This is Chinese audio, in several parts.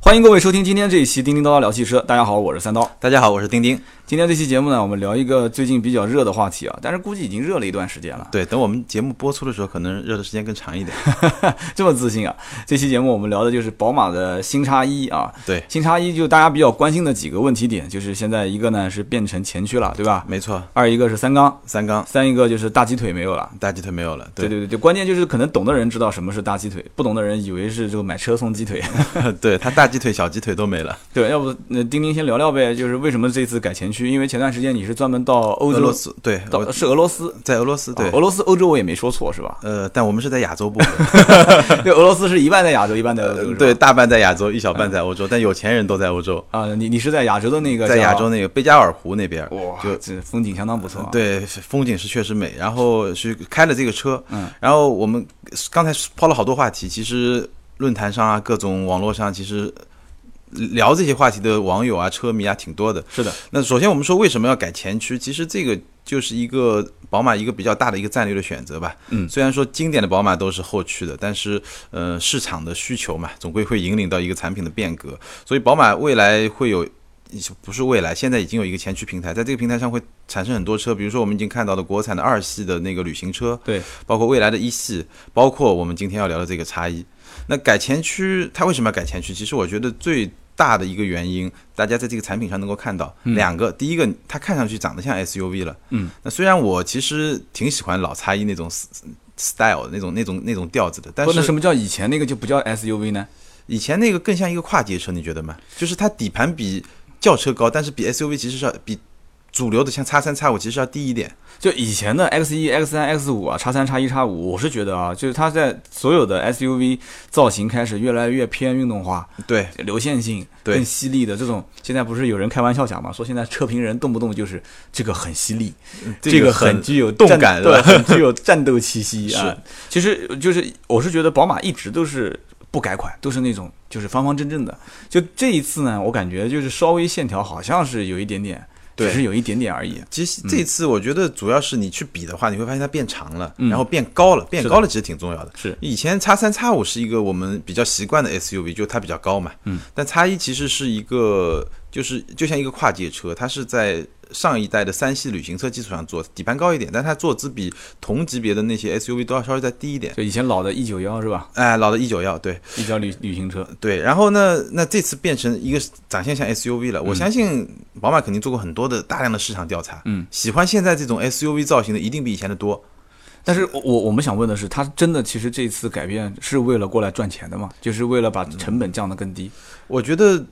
欢迎各位收听今天这一期《叮叮叨叨聊汽车》，大家好，我是三刀。大家好，我是丁丁。今天这期节目呢，我们聊一个最近比较热的话题啊，但是估计已经热了一段时间了。 对，等我们节目播出的时候，可能热的时间更长一点。 这么自信啊！这期节目我们聊的就是宝马的新叉一啊。对新叉一就大家比较关心的几个问题点，就是现在一个呢是变成前驱了，对吧？没错，二一个是三缸，三缸三一个就是大鸡腿没有了。大鸡腿没有了。对对对，就关键就是可能懂的人知道什么是大鸡腿，不懂的人以为是这个买车送鸡腿。 对， 对，它大鸡腿、小鸡腿都没了。对，要不那丁丁先聊聊呗，就是为什么这次改前驱？因为前段时间你是专门到欧洲，俄罗斯对，到我是俄罗斯，在俄罗斯对？哦俄，罗斯欧洲我也没说错是吧 呃，但我们是在亚洲部分，对，俄罗斯是一半在亚洲，一半在欧洲是吧呃对，大半在亚洲，一小半在欧洲，但有钱人都在欧洲，啊，你你是在亚洲的那个在叫亚洲那个贝加尔湖那边，哇，就这风景相当不错啊。对，风景是确实美。然后去开了这个车，嗯，然后我们刚才抛了好多话题，其实论坛上啊，各种网络上，其实聊这些话题的网友啊、车迷啊挺多的。是的，那首先我们说为什么要改前驱，其实这个就是一个宝马一个比较大的一个战略的选择吧。嗯虽然说经典的宝马都是后驱的，但是呃市场的需求嘛，总归会引领到一个产品的变革，所以宝马未来会有。不是未来，现在已经有一个前驱平台，在这个平台上会产生很多车，比如说我们已经看到的国产的二系的那个旅行车，对，包括未来的一系，包括我们今天要聊的这个叉一。那改前驱，它为什么要改前驱？其实我觉得最大的一个原因，大家在这个产品上能够看到两个。第一个，它看上去长得像 SUV 了。嗯，那虽然我其实挺喜欢老叉一那种 s- style 那种那种那种调子的，但不，那什是么叫以前那个就不叫 SUV 呢？以前那个更像一个跨界车，你觉得吗？就是它底盘比轿车高，但是比 SUV 其实是要比主流的像叉三叉五其实要低一点。就以前的 X 一、X 三、X 五啊，叉三、叉一、叉五，我是觉得啊，就是它在所有的 SUV 造型开始越来越偏运动化，对，流线性对更犀利的这种。现在不是有人开玩笑讲嘛，说现在车评人动不动就是这个很犀利，嗯这个很具有动战感对，是吧很具有战斗气息啊是。其实就是我是觉得宝马一直都是不改款，都是那种就是方方正正的。就这一次呢，我感觉就是稍微线条好像是有一点点，对只是有一点点而已。其实这次我觉得主要是你去比的话，你会发现它变长了，然后变高了，变高了其实挺重要的。是以前叉三叉五是一个我们比较习惯的 SUV，就它比较高嘛。嗯。但叉一其实是一个，就是就像一个跨界车，它是在上一代的三系旅行车基础上做，底盘高一点，但它坐姿比同级别的那些 SUV 都要稍微再低一点。就以前老的一九幺是吧？哎，老的一九幺，对，一九旅旅行车，对，然后呢，那这次变成一个长相像 SUV 了。我相信宝马肯定做过很多的大量的市场调查，嗯，喜欢现在这种 SUV 造型的一定比以前的多。但是我我我们想问的是，它真的其实这次改变是为了过来赚钱的吗？就是为了把成本降得更低？我觉得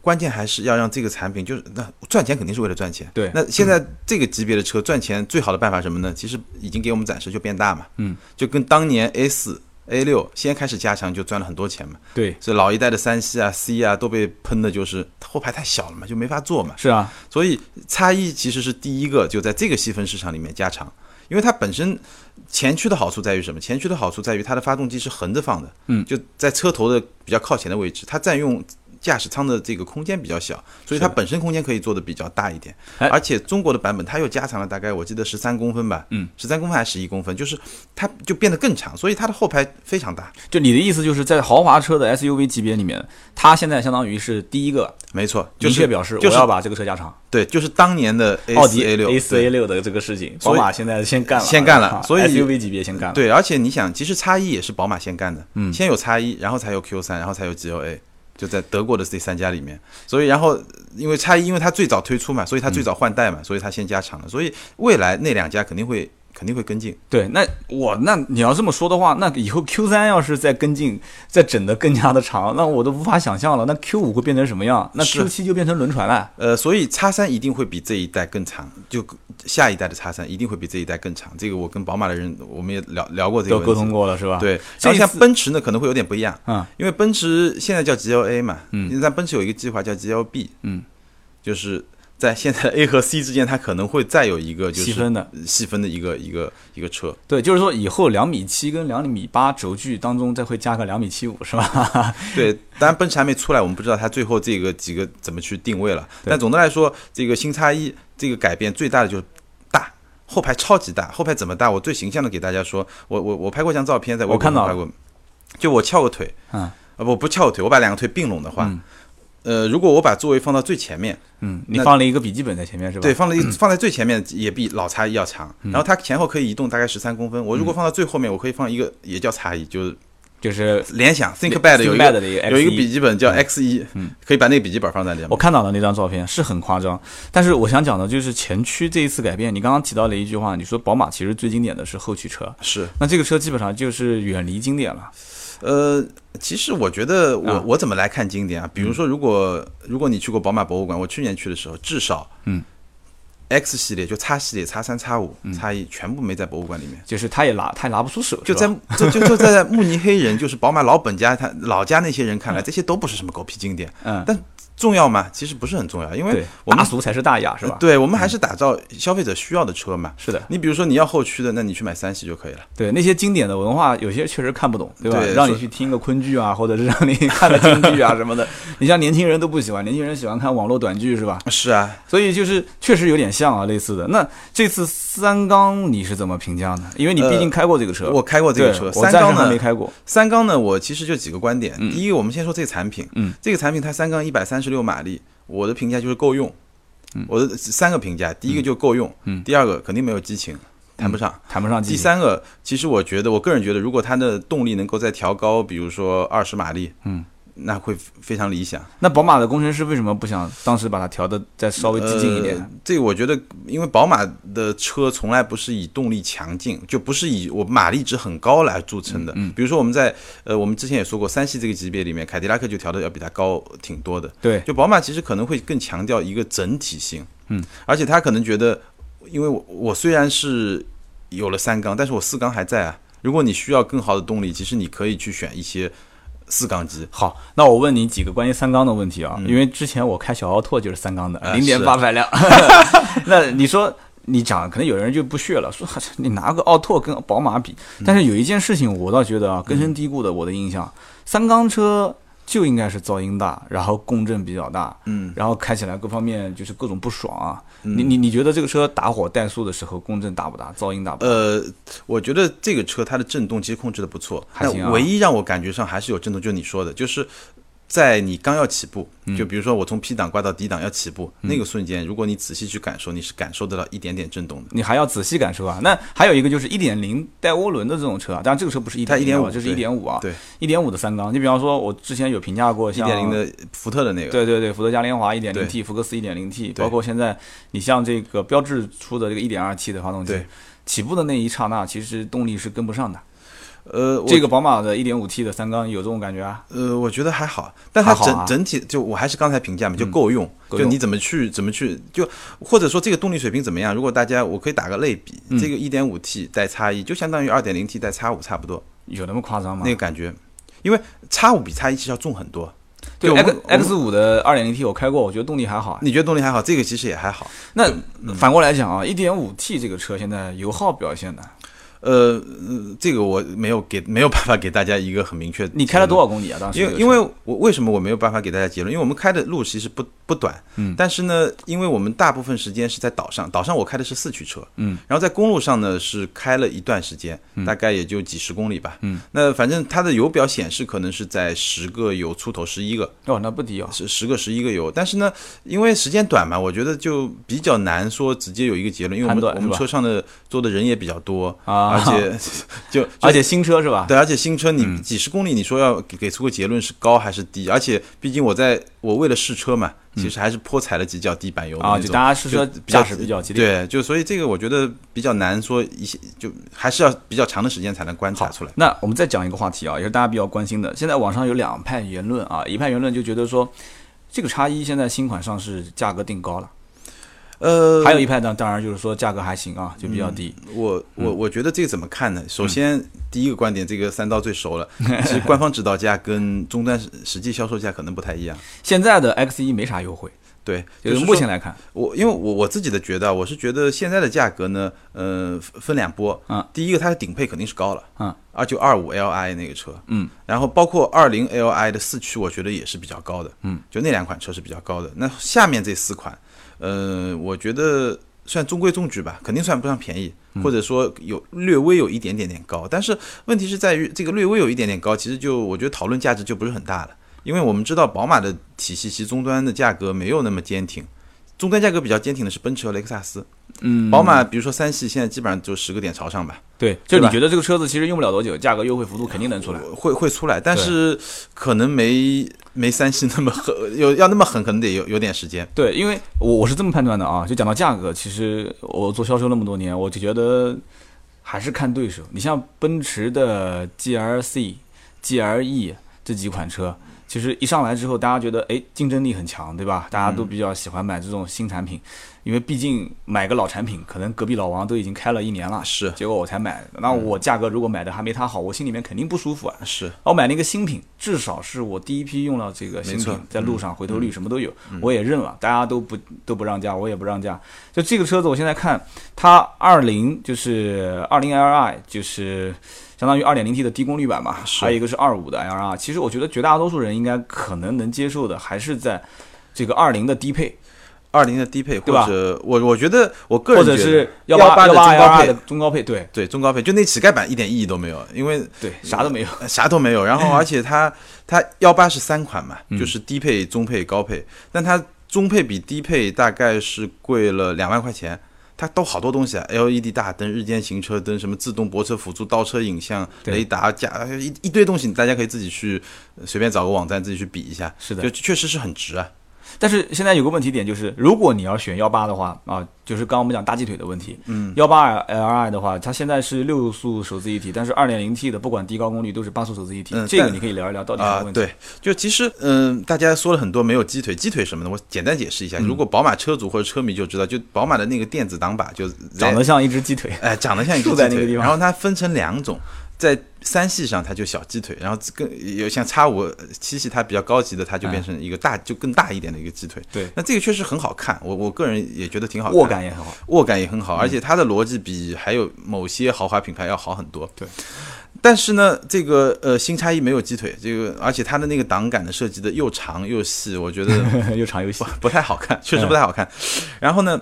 关键还是要让这个产品，就是那赚钱肯定是为了赚钱。对那现在这个级别的车赚钱最好的办法是什么呢？其实已经给我们展示就变大嘛，嗯，就跟当年 A 四、A 六先开始加强就赚了很多钱嘛。对，这老一代的三系啊、C 啊都被喷的就是后排太小了嘛，就没法坐嘛。是啊，所以叉一其实是第一个就在这个细分市场里面加长，因为它本身前驱的好处在于什么？前驱的好处在于它的发动机是横着放的，嗯就在车头的比较靠前的位置，它占用驾驶舱的这个空间比较小，所以它是的本身空间可以做的比较大一点。哎而且中国的版本它又加长了大概我记得十三公分吧，嗯，十三公分还是十一公分，就是它就变得更长，所以它的后排非常大。就你的意思就是在豪华车的 SUV 级别里面，它现在相当于是第一个没错，就明确是表示就我是要把这个车加长。对，就是当年的 A 奥迪 A 六 A 四 A 六的这个事情，所宝以马现在先干了，先干了啊所以 SUV 级别先干了。，对，而且你想，其实叉一也是宝马先干的，嗯，先有叉一，然后才有 Q 三，然后才有 GLA，就在德国的这三家里面。所以，然后因为叉一，因为它最早推出嘛，所以它嗯最早换代嘛，所以它先加长了。所以未来那两家肯定会肯定会跟进。对，那我那你要这么说的话，那以后 Q 三要是再跟进，再整得更加的长，那我都无法想象了。那 Q 五会变成什么样？那是 Q 七就变成轮船了。呃，所以叉三一定会比这一代更长，就下一代的叉三一定会比这一代更长。这个我跟宝马的人我们也聊聊过这个都问题，沟通过了是吧？，对，这然后一像次奔驰呢，可能会有点不一样，嗯，因为奔驰现在叫 GLA 嘛，嗯，但奔驰有一个计划叫 GLB，嗯，就是在现在的 A 和 C 之间，它可能会再有一个就是细分的细分的一个一个一个车，对，就是说以后两米七跟两米八轴距当中再会加个两米七五是吧？ 对，当然奔驰还没出来，我们不知道它最后这个几个怎么去定位了，但总的来说，这个新叉一这个改变最大的就是大。后排超级大，后排怎么大？我最形象的给大家说，我我我拍过一张照片，在我看到拍过，就我翘个腿，嗯，啊不不翘腿，我把两个腿并拢的话，呃，如果我把座位放到最前面，嗯，你那放了一个笔记本在前面是吧？嗯对，，放在放在最前面也比老差异要长，然后它前后可以移动大概十三公分。我嗯如果放到最后面，我可以放一个也叫差异，就是就是联想 ThinkPad 有一个 ThinkPad 的一 E 嗯个有一个 X1 笔记本叫 X 一，可以把那个笔记本放在里面我。看到了那张照片，是很夸张。但是我想讲的就是前驱这一次改变，你刚刚提到了一句话，你说宝马其实最经典的是后驱车，是，那这个车基本上就是远离经典了。呃，其实我觉得我、啊嗯我怎么来看经典啊？比如说，如果如果你去过宝马博物馆，我去年去的时候，至少嗯，X 系列就叉系列、叉三、叉五、叉一全部没在博物馆里面。就是他也拿他也拿不出手，就是吧在就就 就在慕尼黑人，就是宝马老本家他老家那些人看来，这些都不是什么狗屁经典，嗯，但重要吗？其实不是很重要，因为对，我大们俗才是大雅是吧？，嗯对我们还是打造消费者需要的车嘛。是的，你比如说你要后驱的，那你去买三系就可以了。对那些经典的文化，有些确实看不懂，对吧？对让你是去听个昆剧啊，或者是 让你看个京剧啊什么的，你像年轻人都不喜欢，年轻人喜欢看网络短剧是吧？是啊，所以就是确实有点像啊，类似的。那这次三缸你是怎么评价呢？因为你呃毕竟开过这个车，我开过这个车，对我三暂时缸还没呢，开过，三缸呢，我其实就几个观点。第一，我们先说这个产品，嗯，这个产品它三缸一百三十六马力，我的评价就是够用。我的三个评价，第一个就够用，嗯第二个肯定没有激情，谈不上。谈不上激第情。三个，其实我觉得，我个人觉得，如果它的动力能够再调高，比如说二十马力，嗯，那会非常理想，那宝马的工程师为什么不想当时把它调的再稍微激进一点？呃这个我觉得，因为宝马的车从来不是以动力强劲，就不是以我马力值很高来著称的。嗯比如说我们在呃，我们之前也说过，三系这个级别里面，凯迪拉克就调的要比它高挺多的。对，就宝马其实可能会更强调一个整体性，嗯，而且他可能觉得，因为我我虽然是有了三缸，但是我四缸还在啊。如果你需要更好的动力，其实你可以去选一些四缸机。好，那我问你几个关于三缸的问题啊，因为之前我开小奥拓就是三缸的，嗯啊零点是八百 辆。 那你说你讲，可能有人就不屑了，说你拿个奥拓跟宝马比。但是有一件事情，我倒觉得啊，根深蒂固的我的印象，三缸车就应该是噪音大，然后共振比较大，嗯，然后开起来各方面就是各种不爽啊。你你你觉得这个车打火怠速的时候共振大不大？噪音大不大？呃，我觉得这个车它的震动其实控制的不错，还那行啊唯一让我感觉上还是有震动，就是你说的，就是在你刚要起步，嗯就比如说我从 P 档挂到 D 档要起步那个瞬间，如果你仔细去感受，你是感受得到一点点震动的。你还要仔细感受啊。那还有一个就是一点零带涡轮的这种车啊，当然这个车不是一它点1.5这是一对点五啊，对，一点五的三缸。你比方说，我之前有评价过一像点零，的福特的那个，对对对，福特嘉年华一点零对 T，福克斯一点零 T，对包括现在你像这个标志出的这个一点二 T 的发动机对，起步的那一刹那，其实动力是跟不上的。呃，我这个宝马的一点五 T 的三缸有这种感觉啊？呃，我觉得还好，但它还好整、啊嗯整体就我还是刚才评价嘛，就够用，够就用你怎么去怎么去，就或者说这个动力水平怎么样？如果大家我可以打个类比，嗯这个一点五 T 带叉一，就相当于二点零 T 带叉五差不啊多有那么夸张吗那？个感觉，因为叉五比叉一其实要重很多。对我们，X 我们 X 五的二点零 T 我开过，我觉得动力还好啊。你觉得动力还好，这个其实也还好。那嗯反过来讲啊，一点五 T 这个车现在油耗表现呢？呃，呃这个我没有给没有办法给大家一个很明确的结论。你开了多少公里啊？当时因这个为车因为我为什么我没有办法给大家结论？因为我们开的路其实不不短，嗯但是呢，因为我们大部分时间是在岛上，岛上我开的是四驱车，嗯，然后在公路上呢是开了一段时间，大概也就几十公里吧，嗯，那反正它的油表显示可能是在十个油出头，十一个，哦，那不低哦。十十个十一个油，但是呢，因为时间短嘛，我觉得就比较难说直接有一个结论，因为我判们断我是们吧车上的坐的人也比较多，啊而且就 而且新车是吧？对，而且新车嗯你几十公里，你说要给给出个结论是高还是低？而且毕竟我在我为了试车嘛，其实还是颇踩了几脚地板油的嗯啊，那就种大家试车就比较驾驶比较激烈。对，就所以这个我觉得比较难说一些，就还是要比较长的时间才能观察出来。那我们再讲一个话题啊，也是大家比较关心的。现在网上有两派言论啊，一派言论就觉得说，这个叉一现在新款上市价格定高了，呃，还有一派呢，当然就是说价格还行啊，就比嗯较低。我嗯我我觉得这个怎么看呢？首先第一个观点，这个三刀最 熟了，其实官方指导价跟终端实实际销售价可能不太一样。现在的 X 一没啥优惠，对， 就是说目前来看，我因为我我自己的觉得啊，我是觉得现在的价格呢，呃，分分两波。嗯，第一个它的顶配肯定是高了。嗯，二九二五 Li 那个车。嗯，然后包括二零 Li 的四驱，我觉得也是比较高的。嗯，就那两款车是比较高的。那下面这四款，呃，我觉得算中规中矩吧，肯定算不上便宜，嗯或者说有略微有一点点点高。但是问题是在于这个略微有一点点高，其实就我觉得讨论价值就不是很大了，因为我们知道宝马的体系其实终端的价格没有那么坚挺，终端价格比较坚挺的是奔驰和雷克萨斯。嗯，宝马比如说三系现在基本上就十个点朝上吧，对，就对你吧觉得这个车子其实用不了多久，价格优惠幅度肯定能出来。会会出来，但是可能没没三系那么狠， 有要那么狠可能得有有点时间。对，因为我我是这么判断的啊，就讲到价格，其实我做销售那么多年，我就觉得还是看对手。你像奔驰的 GLC、GLE E 这几款车，其实一上来之后，大家觉得哎竞争力很强，对吧？大家都比较喜欢买这种新产品，因为毕竟买个老产品，可能隔壁老王都已经开了一年了，是结果我才买，那我价格如果买的还没他好，我心里面肯定不舒服啊。是，我买了一个新品，至少是我第一批用到这个新没品错，嗯在路上回头率什么都有，我也认了，大家都不都不让价，我也不让价。就这个车子，我现在看它二零就是二零 Li 就是相当于二点零 T 的低功率版吧，是还有一个是二五的 LR。其实我觉得绝大多数人应该可能能接受的，还是在这个二零的低配，二零的低配，或对吧者我我觉得我个或人者觉得是幺118八的幺中八高 LR 配的，中高配，对对中高配，就那乞丐版一点意义都没有，因为对，啥都没有。呃啥都没有。然后而且它它幺八是三款嘛，嗯就是低配、中配、高配，但它中配比低配大概是贵了两万块钱。它都好多东西啊，LED 大灯、日间行车灯、什么自动泊车辅助、倒车影像、对雷达架哎一一堆东西，大家可以自己去呃随便找个网站自己去比一下。是的就确实是很值啊。但是现在有个问题点就是，如果你要选幺八的话啊，就是刚刚我们讲大鸡腿的问题。嗯，幺八 Li 的话，它现在是六速手自一体，但是二点零 T 的不管低高功率都是八速手自一体。嗯这个但你可以聊一聊到底是什啊么、问题。对，就其实，嗯、大家说了很多没有鸡腿，鸡腿什么的，我简单解释一嗯下。如果宝马车主或者车迷就知道，就宝马的那个电子挡把就长得像一只鸡 腿。哎，长得像一个竖鸡在那腿个地方然后它分成两种，在三系上它就小鸡腿，然后更有像叉五七系它比较高级的，它嗯就变成一个大、就更大一点的一个鸡腿。对那这个确实很好看，我我个人也觉得挺好看，握感嗯也很好，握感也很好，而且它的逻辑比还有某些豪华品牌要好很多。对。但是呢，这个呃新叉一没有鸡腿，这个而且它的那个挡杆的设计的又长又细，我觉得 又长又细。不太好看，确实不太好看。然后呢，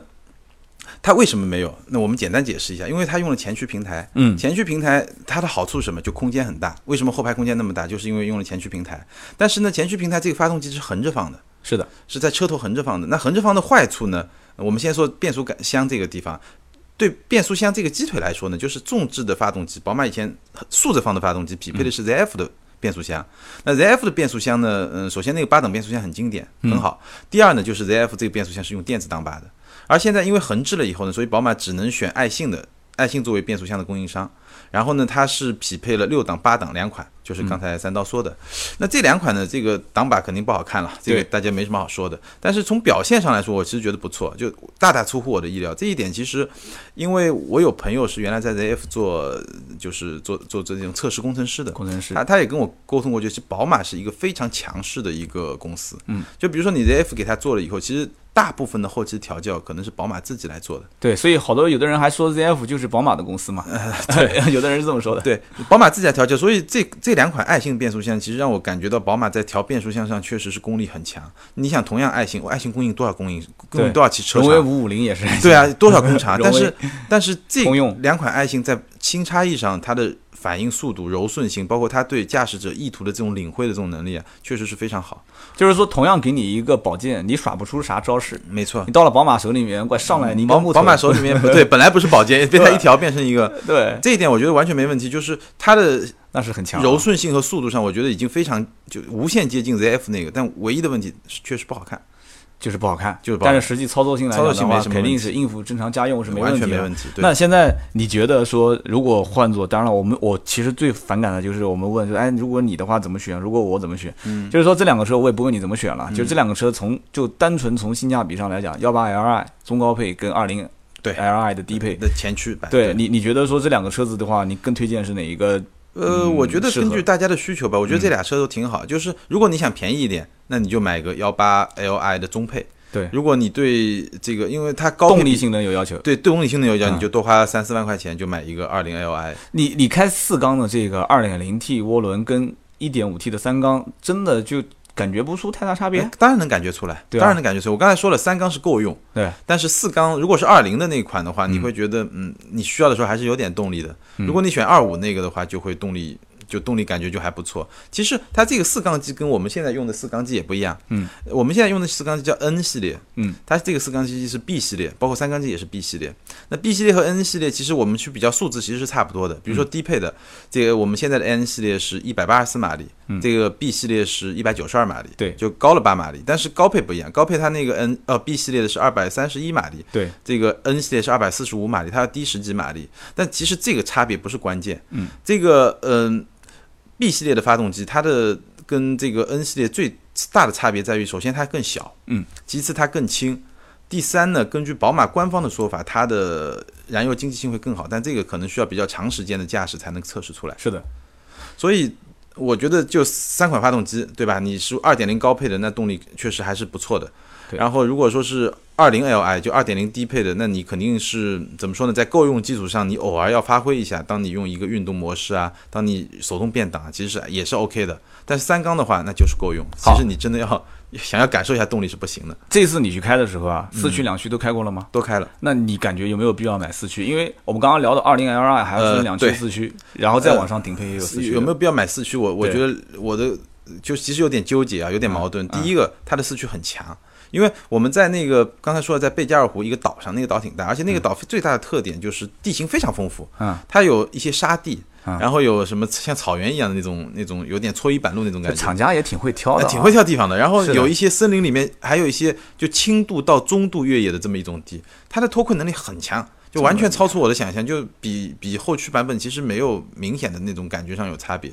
它为什么没有？那我们简单解释一下，因为它用了前驱平台。嗯前驱平台它的好处是什么？就空间很大。为什么后排空间那么大？就是因为用了前驱平台。但是呢，前驱平台这个发动机是横着放的，是的，是在车头横着放的。那横着放的坏处呢？我们先说变速箱这个地方。对变速箱这个鸡腿来说呢，就是纵置的发动机，宝马以前竖着放的发动机匹配的是 ZF 的变速箱。那 ZF 的变速箱呢，嗯，首先那个八档变速箱很经典，很好。第二呢，就是 ZF 这个变速箱是用电子挡把的，而现在因为横置了以后呢，所以宝马只能选爱信的，爱信作为变速箱的供应商。然后呢，它是匹配了六档、八档两款，就是刚才三刀说的。那这两款呢，这个挡把肯定不好看了，这对个大家没什么好说的。但是从表现上来说，我其实觉得不错，就大大出乎我的意料。这一点其实，因为我有朋友是原来在 ZF 做，就是做做做这种测试工程师的，工程师他他也跟我沟通过，就是宝马是一个非常强势的一个公司。嗯，就比如说你的 F 给他做了以后，其实大部分的后期调教可能是宝马自己来做的。对，所以好多有的人还说 ZF 就是宝马的公司嘛， 对，有的人是这么说的。呃对，宝马自己来调教，所以这这两款爱信变速箱其实让我感觉到宝马在调变速箱上确实是功力很强。你想，同样爱信，我爱信供应多少供应供应多少汽车荣威厂？五五零也是，对啊，多少 工厂？荣但威是但是这通用两款爱信在新差异上，它的反应速度、柔顺性，包括它对驾驶者意图的这种领会的这种能力啊，确实是非常好。就是说同样给你一个宝剑，你耍不出啥招式。没错你，到了宝马手里面，怪上来你一根宝木头嗯宝马手 里面不对，本来不是宝剑，被它一条变成一个。对，这一点我觉得完全没问题，就是它的那是很强啊。柔顺性和速度上，我觉得已经非常就无限接近 ZF 那个，但唯一的问题是确实不好看，就是不好看，就是不好但看是实际操作性来讲操作的性话，没什么肯定问题是应付正常家用是没问完题全的。没问题。对那，现在你觉得说，如果换做，当然了，我们我其实最反感的就是我们问说，哎，如果你的话怎么选？如果我怎么选？嗯，就是说这两个车我也不问你怎么选了，嗯就是这两个车从就单纯从性价比上来讲，幺八 Li 中高配跟二零对 Li 的低配，的前驱版，对你你觉得说这两个车子的话，你更推荐是哪一个？呃，我觉嗯得适根合嗯据大家的需求吧，我觉得这俩车都挺好。就是如果你想便宜一点，那你就买个幺八 Li 的中配。对，如果你对这个，因为它高动配力性能有要求。对对动力性能有要求，嗯你就多花三四万块钱就买一个二零 Li。你你开四缸的这个二点零 T 涡轮跟一点五 T 的三缸，真的就感觉不出太大差别哎。当然能感觉出来，对啊当然能感觉出来。我刚才说了，三缸是够用，对，但是四缸如果是二零的那一款的话，你会觉得嗯，你需要的时候还是有点动力的。嗯如果你选二五那个的话，就会动力就动力感觉就还不错。其实它这个四缸机跟我们现在用的四缸机也不一样，嗯，我们现在用的四缸机叫 N 系列，嗯，它这个四缸机是 B 系列，包括三缸机也是 B 系列。那 B 系列和 N 系列其实我们去比较数字其实是差不多的，比如嗯说低配的这个我们现在的 N 系列是一百八十四马力，这个 B 系列是一百九十二马力，嗯对就高了八马力。但是高配不一样，高配它那个 N 呃 B 系列的是二百三十一马力，对，这个 N 系列是二百四十五马力，它要低十几马力。但其实这个差别不是关键，嗯，这个嗯、B 系列的发动机它的跟这个 N 系列最大的差别在于，首先它更小，嗯，其次它更轻。第三呢，根据宝马官方的说法，它的燃油经济性会更好，但这个可能需要比较长时间的驾驶才能测试出来。是的，所以我觉得就三款发动机，对吧？你是二点零高配的，那动力确实还是不错的。对然后如果说是二零 Li 就二点零低配的，那你肯定是怎么说呢？在够用基础上，你偶尔要发挥一下。当你用一个运动模式啊，当你手动变档啊，其实是也是 OK 的。但是三缸的话，那就是够用。其好实你真的要想要感受一下动力是不行的。这次你去开的时候啊，四驱两驱都开过了吗？多开了，那你感觉有没有必要买四驱？因为我们刚刚聊的二零 L 二还要呃分两驱对四驱，然后再往上顶配呃也有四驱的，有没有必要买四驱？我我对嗯觉得我的就其实有点纠结啊，有点矛盾。第一个，它的四驱很强，因为我们在那个刚才说的，在贝加尔湖一个岛上，那个岛挺大，而且那个岛最大的特点就是地形非常丰富，嗯，它有一些沙地，嗯然后有什么像草原一样的那种那种有点搓衣板路那种感这觉。厂家也挺会挑的、呃挺会。挑地方的。然后啊是的有一些森林里面还有一些就轻度到中度越野的这么一种地，它的脱困能力很强，就完全超出我的想象，就比比后驱版本其实没有明显的那种感觉上有差别。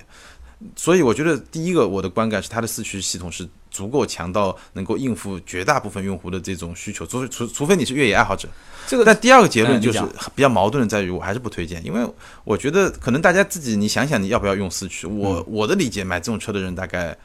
所以我觉得第一个我的观感是它的四驱系统是足够强到能够应付绝大部分用户的这种需求，除除除非你是越野爱好者。这个但第二个结嗯论你就是讲比较矛盾的在于，我还是不推荐，因为我觉得可能大家自己你想想你要不要用四驱。嗯我我的理解，买这种车的人大概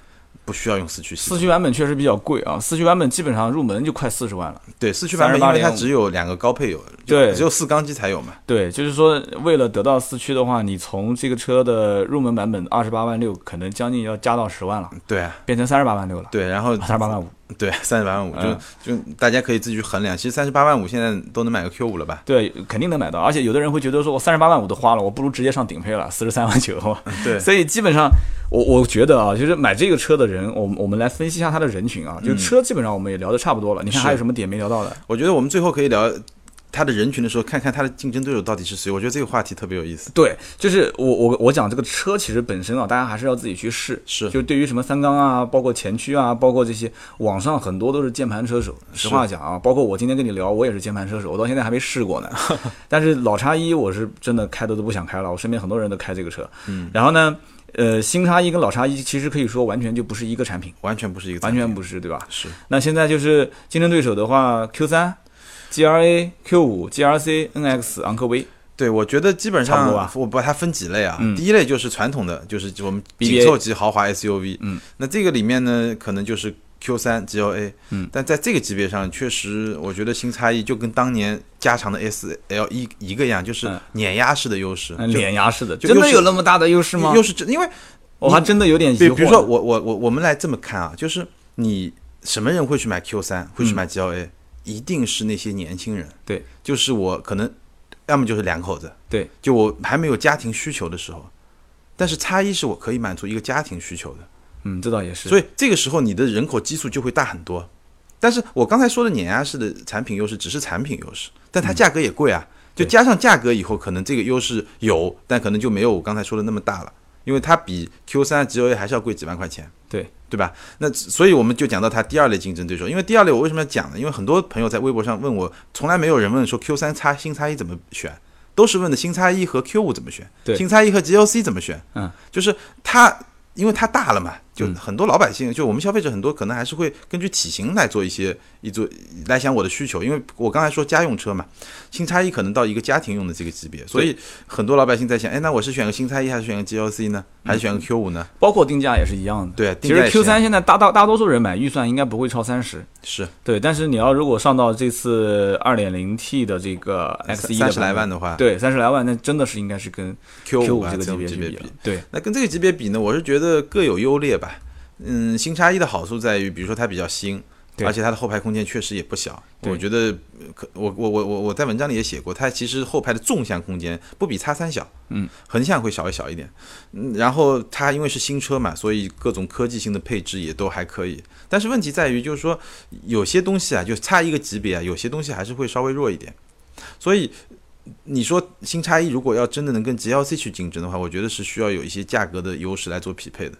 不需要用四驱系统。四驱版本确实比较贵啊，四驱版本基本上入门就快四十万了。对四驱版本，因为它38.5只有两个高配有，就对只有四缸机才有嘛。对，就是说为了得到四驱的话，你从这个车的入门版本二十八万六，可能将近要加到十万了，对啊，变成三十八万六了，对，然后啊三十八万五。对三十八万五，嗯就就大家可以自己去衡量。其实三十八万五现在都能买个 Q 五了吧？对，肯定能买到。而且有的人会觉得说，我三十八万五都花了，我不如直接上顶配了，四十三万九。对所以基本上，我我觉得啊，就是买这个车的人，我们我们来分析一下他的人群啊。就车基本上我们也聊得差不多了，你看嗯是还有什么点没聊到的？我觉得我们最后可以聊它的人群的时候，看看它的竞争对手到底是谁。我觉得这个话题特别有意思。对，就是我我我讲这个车其实本身啊，大家还是要自己去试。是就对于什么三缸啊，包括前驱啊，包括这些，网上很多都是键盘车手。实话讲啊，包括我今天跟你聊，我也是键盘车手，我到现在还没试过呢。但是老叉一我是真的开的都不想开了，我身边很多人都开这个车。嗯，然后呢，呃，新叉一跟老叉一其实可以说完全就不是一个产品，完全不是一个完产品，全不是，对吧？是那现在就是竞争对手的话，Q 三、GRA、Q 五、GRC、NX、昂科威。对，我觉得基本差不多上吧嗯我把它分几类啊。第一类就是传统的，就是我们 BBA 紧凑级豪华 SUV。嗯，那这个里面呢，可能就是 Q 三 GLA。嗯，但在这个级别上，确实我觉得新差异就跟当年加长的 SL 一一个样，就是嗯碾压式的优势。嗯就碾压式的，就真又的是有那么大的优势吗？优势真，因为我还真的有点疑比惑。比如说，我我我我们来这么看啊，就是你什么人会去买 Q 三，会去买 GLA，、一定是那些年轻人。嗯对，就是我可能要么就是两口子，对，就我还没有家庭需求的时候。但是差一是我可以满足一个家庭需求的，嗯，这倒也是。所以，以这个时候你的人口基数就会大很多。但是我刚才说的碾压式的产品优势只是产品优势，但它价格也贵啊。就嗯对加上价格以后，可能这个优势有，但可能就没有我刚才说的那么大了，因为它比 Q 三、GLA 还是要贵几万块钱。对对吧？那所以我们就讲到它第二类竞争对手，因为第二类我为什么要讲呢？因为很多朋友在微博上问我，从来没有人问说 Q 三叉新叉一怎么选，都是问的新叉一和 Q 五怎么选，对新叉一和 GLC 怎么选。嗯，就是它，因为它大了嘛，就很多老百姓，就我们消费者很多可能还是会根据体型来做一些一做来想我的需求，因为我刚才说家用车嘛，新叉一可能到一个家庭用的这个级别，所以很多老百姓在想，哎，那我是选个新叉一还是选个 GLC 呢？还是选个 Q 五呢？包括定价也是一样的。对啊嗯其定价实也是 Q 一样三现在大大大多数人买预算应该不会超三十。是对，但是你要如果上到这次二点零 T 的这个 X 一三十来万的的话版本，对，三十来万，那真的是应该是跟 Q 五啊这个这级种别去级别比了。对，那跟这个级别比呢，我是觉得各有优劣吧。嗯，新叉一的好处在于，比如说它比较新，对而且它的后排空间确实也不小。对我觉得呃可我我我我我在文章里也写过，它其实后排的纵向空间不比叉三小，嗯，横向会稍微小一点。嗯，然后它因为是新车嘛，所以各种科技性的配置也都还可以。但是问题在于，就是说有些东西啊，就差一个级别啊，有些东西还是会稍微弱一点。所以你说新叉一如果要真的能跟 GLC 去竞争的话，我觉得是需要有一些价格的优势来做匹配的。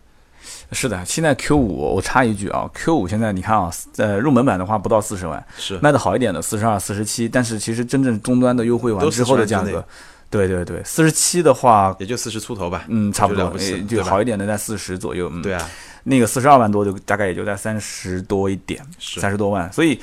是的，现在 Q 五我插一句啊，Q 五现在你看啊，呃，入门版的话不到四十万，是，卖的好一点的四十二、四十七，但是其实真正终端的优惠完都之后的40价之内格，对对对，四十七的话，也就四十出头吧。嗯，差不多就了不起呃了就对吧好一点的在四十左右，嗯，对啊，那个四十二万多就大概也就在三十多一点，是三十多万，所以。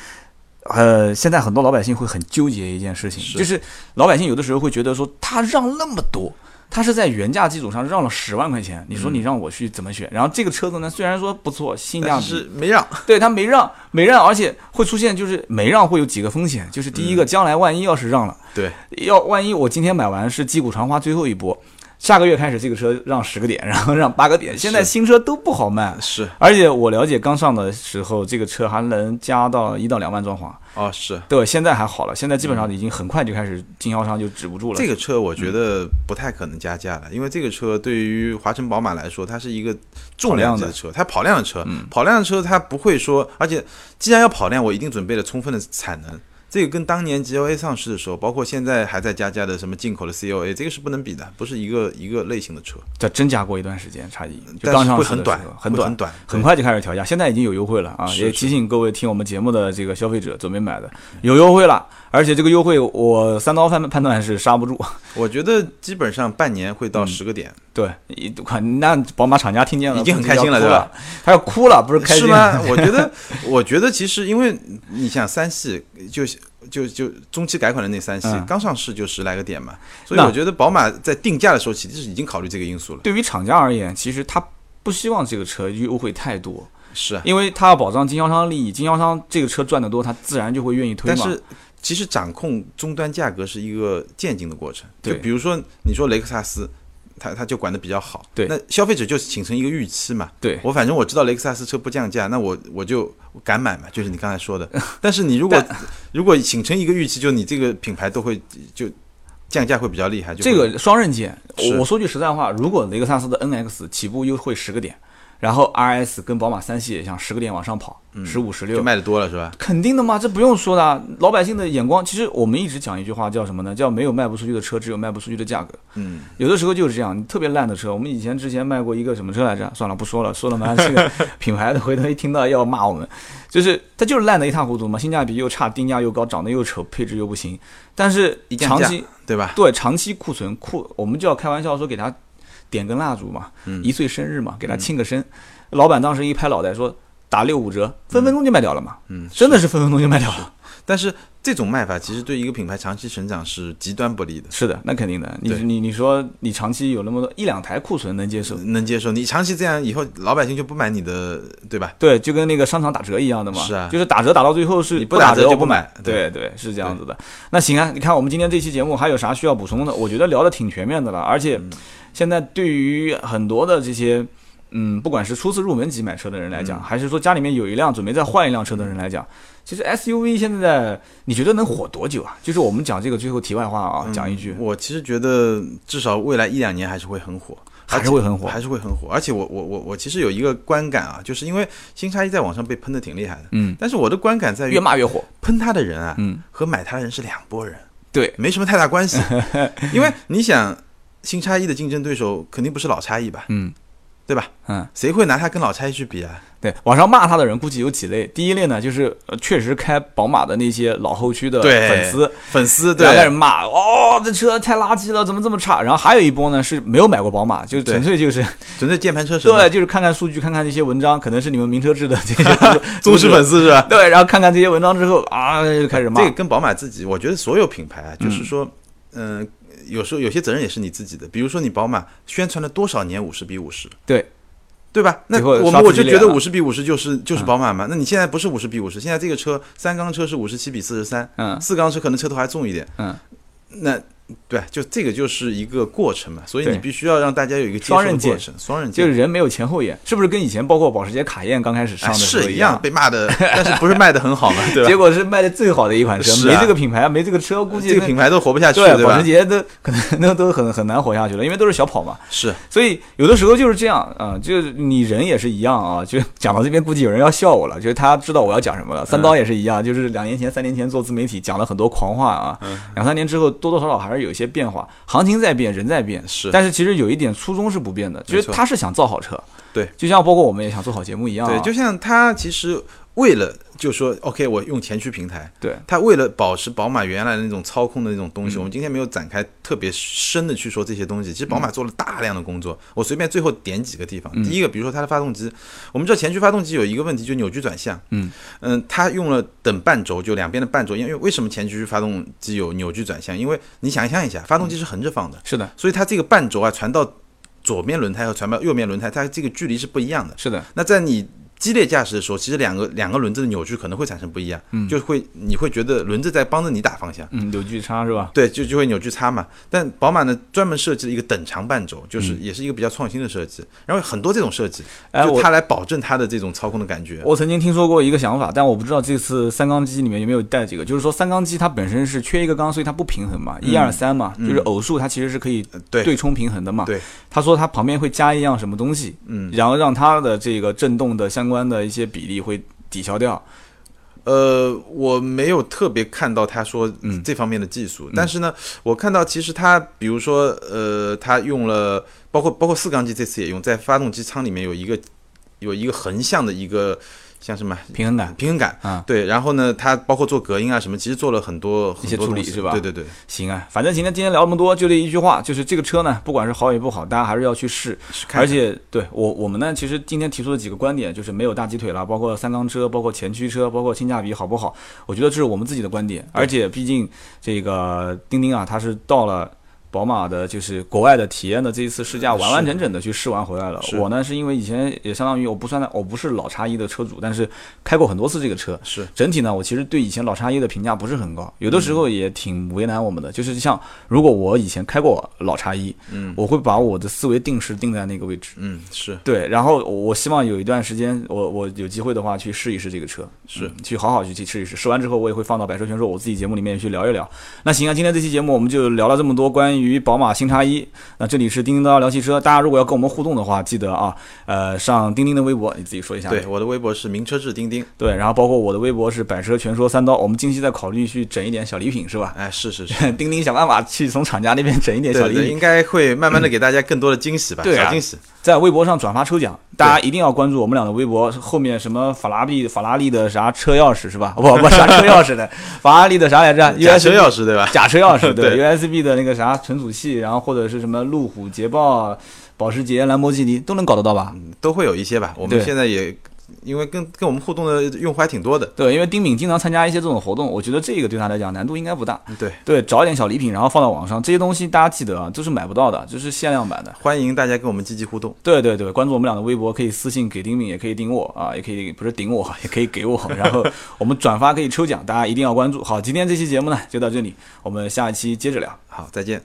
呃，现在很多老百姓会很纠结一件事情，是就是老百姓有的时候会觉得说，他让那么多，他是在原价基础上让了十万块钱，你嗯说你让我去怎么选？然后这个车子呢，虽然说不错，性价但比是没让。对他没让，没让，而且会出现就是没让会有几个风险，就是第嗯一个，将来万一要是让了，对，要万一我今天买完是击鼓传花最后一波，下个月开始这个车让十个点， 然后让八个点，现在是新车都不好卖，是而且我了解刚上的时候这个车还能加到一到两万装潢，哦，是对，现在还好了，现在基本上已经很快就开始经销商就止不住了，这个车，我觉得不太可能加价了，因为这个车对于华晨宝马来说，它是一个重量级的车，它跑量的车，跑量的车它不会说，而且既然要跑量，我一定准备了充分的产能。这个跟当年 GLA 上市的时候，包括现在还在加价的什么进口的 CLA，这个是不能比的，不是一个一个类型的车，这真加过一段时间差异，就但刚是上会市很的时候短，很会短很。短，很快就开始调价，现在已经有优惠了啊！是也提醒各位听我们节目的这个消费者，准备买的有优惠了，而且这个优惠我三刀判判断是刹不住。对。我觉得基本上半年会嗯到十个点，对，一款那宝马厂家听见了已经很估计要开心了哭对吧了？他要哭了，不是开是心 吗？我觉得，我觉得其实因为你想三系就就就中期改款的那三系、嗯刚上市就十来个点嘛，所以那我觉得宝马在定价的时候其实是已经考虑这个因素了。对于厂家而言，其实他不希望这个车优惠太多，是啊，因为他要保障经销商利益，经销商这个车赚得多，他自然就会愿意推但嘛。是其实掌控终端价格是一个渐进的过程。就对比如说你说雷克萨斯，它它就管得比较好，对那消费者就形成一个预期嘛。对 我反正我知道雷克萨斯车不降价，那我我就敢买嘛，就是你刚才说的。但是你如 果如果形成一个预期，就你这个品牌都会就降价会比较厉害，就这会个双刃剑，是我我说句实在话，如果雷克萨斯的 NX 起步优惠十个点，然后 RS 跟宝马三系也像十个点往上跑，十五十嗯就六，卖的多了是吧？肯定的嘛，这不用说的啊。老百姓的眼光，其实我们一直讲一句话叫什么呢？叫没有卖不出去的车，只有卖不出去的价格。嗯，有的时候就是这样，你特别烂的车，我们以前之前卖过一个什么车来着？算了，不说了，说了嘛，这个品牌的回头一听到要骂我们， 就是它就是烂的一塌糊涂嘛，性价比又差，定价又高，长得又丑，配置又不行，但是一降长价期对吧？对，长期库存库，我们就要开玩笑说给他点根蜡烛嘛，一岁生日嘛，给他庆个生。老板当时一拍脑袋说打六五折，分分钟就卖掉了嘛，嗯，真的是分分钟就卖掉了。但是这种卖法其实对一个品牌长期成长是极端不利的。是的，那肯定的。你对你你说你长期有那么多一两台库存能接受，能接受，你长期这样以后，老百姓就不买你的，对吧？对，就跟那个商场打折一样的嘛，是啊就是打折打到最后是你不不打折折就我不买买，对对，是这样子的。那行啊，你看我们今天这期节目还有啥需要补充的？我觉得聊的挺全面的了，而且嗯现在对于很多的这些。嗯，不管是初次入门级买车的人来嗯讲，还是说家里面有一辆准备再换一辆车的人来讲，其实 SUV 现在你觉得能火多久啊？就是我们讲这个最后题外话啊，嗯讲一句，我其实觉得至少未来一两年还是会很火，还是会很火还是会很火。而且我我我我其实有一个观感啊，就是因为新叉一在网上被喷的挺厉害的，嗯，但是我的观感在于越骂越火，喷他的人啊，嗯，和买他的人是两拨人，对，没什么太 大关系，因为你想新叉一的竞争对手肯定不是老叉一吧，嗯对吧？嗯，谁会拿他跟老差一去比啊？对，网上骂他的人估计有几类。第一类呢，就是呃确实开宝马的那些老后驱的对粉丝，粉丝然后开始对，骂哦，这车太垃圾了，怎么这么差？然后还有一波呢是没有买过宝马，就纯粹就是纯粹键盘车手，对，就是看看数据，看看这些文章，可能是你们名车志的 这些忠实粉丝。丝是吧？对，然后看看这些文章之后啊，就开始骂这个。跟宝马自己，我觉得所有品牌啊，就是说，嗯、有时候有些责任也是你自己的。比如说你宝马宣传了多少年五十比五十，对，对吧？那最后我刷们自我己就觉得脸了嗯五十比五十就是就是宝马嘛。那你现在不是五十比五十，现在这个车三缸车是五十七比四十三，嗯四缸车可能车头还重一点，嗯，那对，就这个就是一个过程嘛，所以你对必须要让大家有一个接受双的刃过剑程，双刃就剑。是人没有前后眼，是不是跟以前包括保时捷卡宴刚开始上哎的时候是一一样被骂 的，但是不是卖的很好嘛，对结吧？果是卖的最好的一款车，是啊没这个品牌，没这个车，估计 这个那品牌都活不下去，对对保时吧？捷都可能那都很很难活下去了，因为都是小跑嘛。是，所以有的时候就是这样啊、就是你人也是一样啊，就讲到这边估计有人要笑我了，就是他知道我要讲什么了。嗯三刀也是一样，就是两年前、三年前做自媒体讲了很多狂话啊，嗯两三年之后多多少少还是有一些变化，行情在变，人在变，是但是其实有一点初衷是不变的，就是错他是想造好车，对，就像包括我们也想做好节目一样、啊，对，就像他其实为了就说 OK，我用前驱平台，对他为了保持宝马原来的那种操控的那种东西，我们今天没有展开特别深的去说这些东西。其实宝马做了大量的工作，我随便最后点几个地方。第一个，比如说它的发动机，我们知道前驱发动机有一个问题，就是扭矩转向。嗯嗯，它用了等半轴，就两边的半轴，因为为什么前驱发动机有扭矩转向？因为你想象一下，发动机是横着放的，是的，所以它这个半轴啊传到左面轮胎和传到右面轮胎，它这个距离是不一样的。是的，那在你激烈驾驶的时候，其实两个两个轮子的扭矩可能会产生不一样，就会你会觉得轮子在帮着你打方向，嗯，扭矩差是吧？对，就就会扭矩差嘛。但宝马呢，专门设计了一个等长半轴，就是也是一个比较创新的设计，然后很多这种设计，嗯哎就我它来保证它的这种操控的感觉。我曾经听说过一个想法，但我不知道这次三缸机里面有没有带几个。就是说三缸机它本身是缺一个缸，所以它不平衡嘛，一二三嘛，就是偶数它其实是可以嗯呃对对冲平衡的嘛。对，他说他旁边会加一样什么东西，嗯，然后让它的这个震动的相关的一些比例会抵消掉。呃，我没有特别看到他说嗯这方面的技术，但是呢，我看到其实他，比如说，呃，他用了包括包括四缸机这次也用，在发动机舱里面有一个有一个横向的一个像什么平衡感平衡感啊对，然后呢，它包括做隔音啊什么，其实做了很多一些很多处理东西是吧对对对，行啊，反正今天今天聊那么多，就这一句话，就是这个车呢，不管是好与不好，大家还是要去试。是看而且对我我们呢，其实今天提出的几个观点，就是没有大鸡腿了，包括三缸车，包括前驱车，包括性价比好不好，我觉得这是我们自己的观点。而且毕竟这个钉钉啊，它是到了。宝马的就是国外的体验的这一次试驾，是完完整整的去试完回来了。是我呢是因为以前也相当于我不算我不是老叉一的车主，但是开过很多次这个车，是整体呢，我其实对以前老叉一的评价不是很高，有的嗯时候也挺为难我们的。就是像如果我以前开过老叉一，嗯，我会把我的思维定时定在那个位置。嗯是对，然后我我希望有一段时间，我我有机会的话去试一试这个车，是嗯去好好去去试一试。试完之后，我也会放到百车全说我自己节目里面去聊一聊。那行啊，今天这期节目我们就聊了这么多关于宝马新叉一。那这里是叮叮叨叨聊汽车，大家如果要跟我们互动的话，记得啊，呃，上钉钉的微博，你自己说一下。对，我的微博是名车志钉钉，对，然后包括我的微博是百车全说三刀，我们近期再考虑去整一点小礼品，是吧？ 哎是是是，钉钉想办法去从厂家那边整一点对小对礼对，品，应该会慢慢的给大家更多的惊喜吧，对啊小惊喜，在微博上转发抽奖，大家一定要关注我们俩的微博，后面什么法拉利、法拉利的啥车钥匙是吧？不不，啥车钥匙的，法拉利的嗯啥来着？ 假车 USB 钥匙对吧？假车钥匙，对 USB 的那个啥存储器，然后或者是什么路虎、捷豹、保时捷、兰博基尼都能搞得到吧？都会有一些吧。我们对现在也因为跟跟我们互动的用户还挺多的，对，因为丁敏经常参加一些这种活动，我觉得这个对他来讲难度应该不大。对，对，找一点小礼品，然后放到网上，这些东西大家记得啊，都是买不到的，这是限量版的。欢迎大家跟我们积极互动。对对对，关注我们俩的微博，可以私信给丁敏，也可以顶我啊，也可以不是顶我， 也可以给我。然后我们转发可以抽奖，大家一定要关注。好，今天这期节目呢就到这里，我们下一期接着聊。好，再见。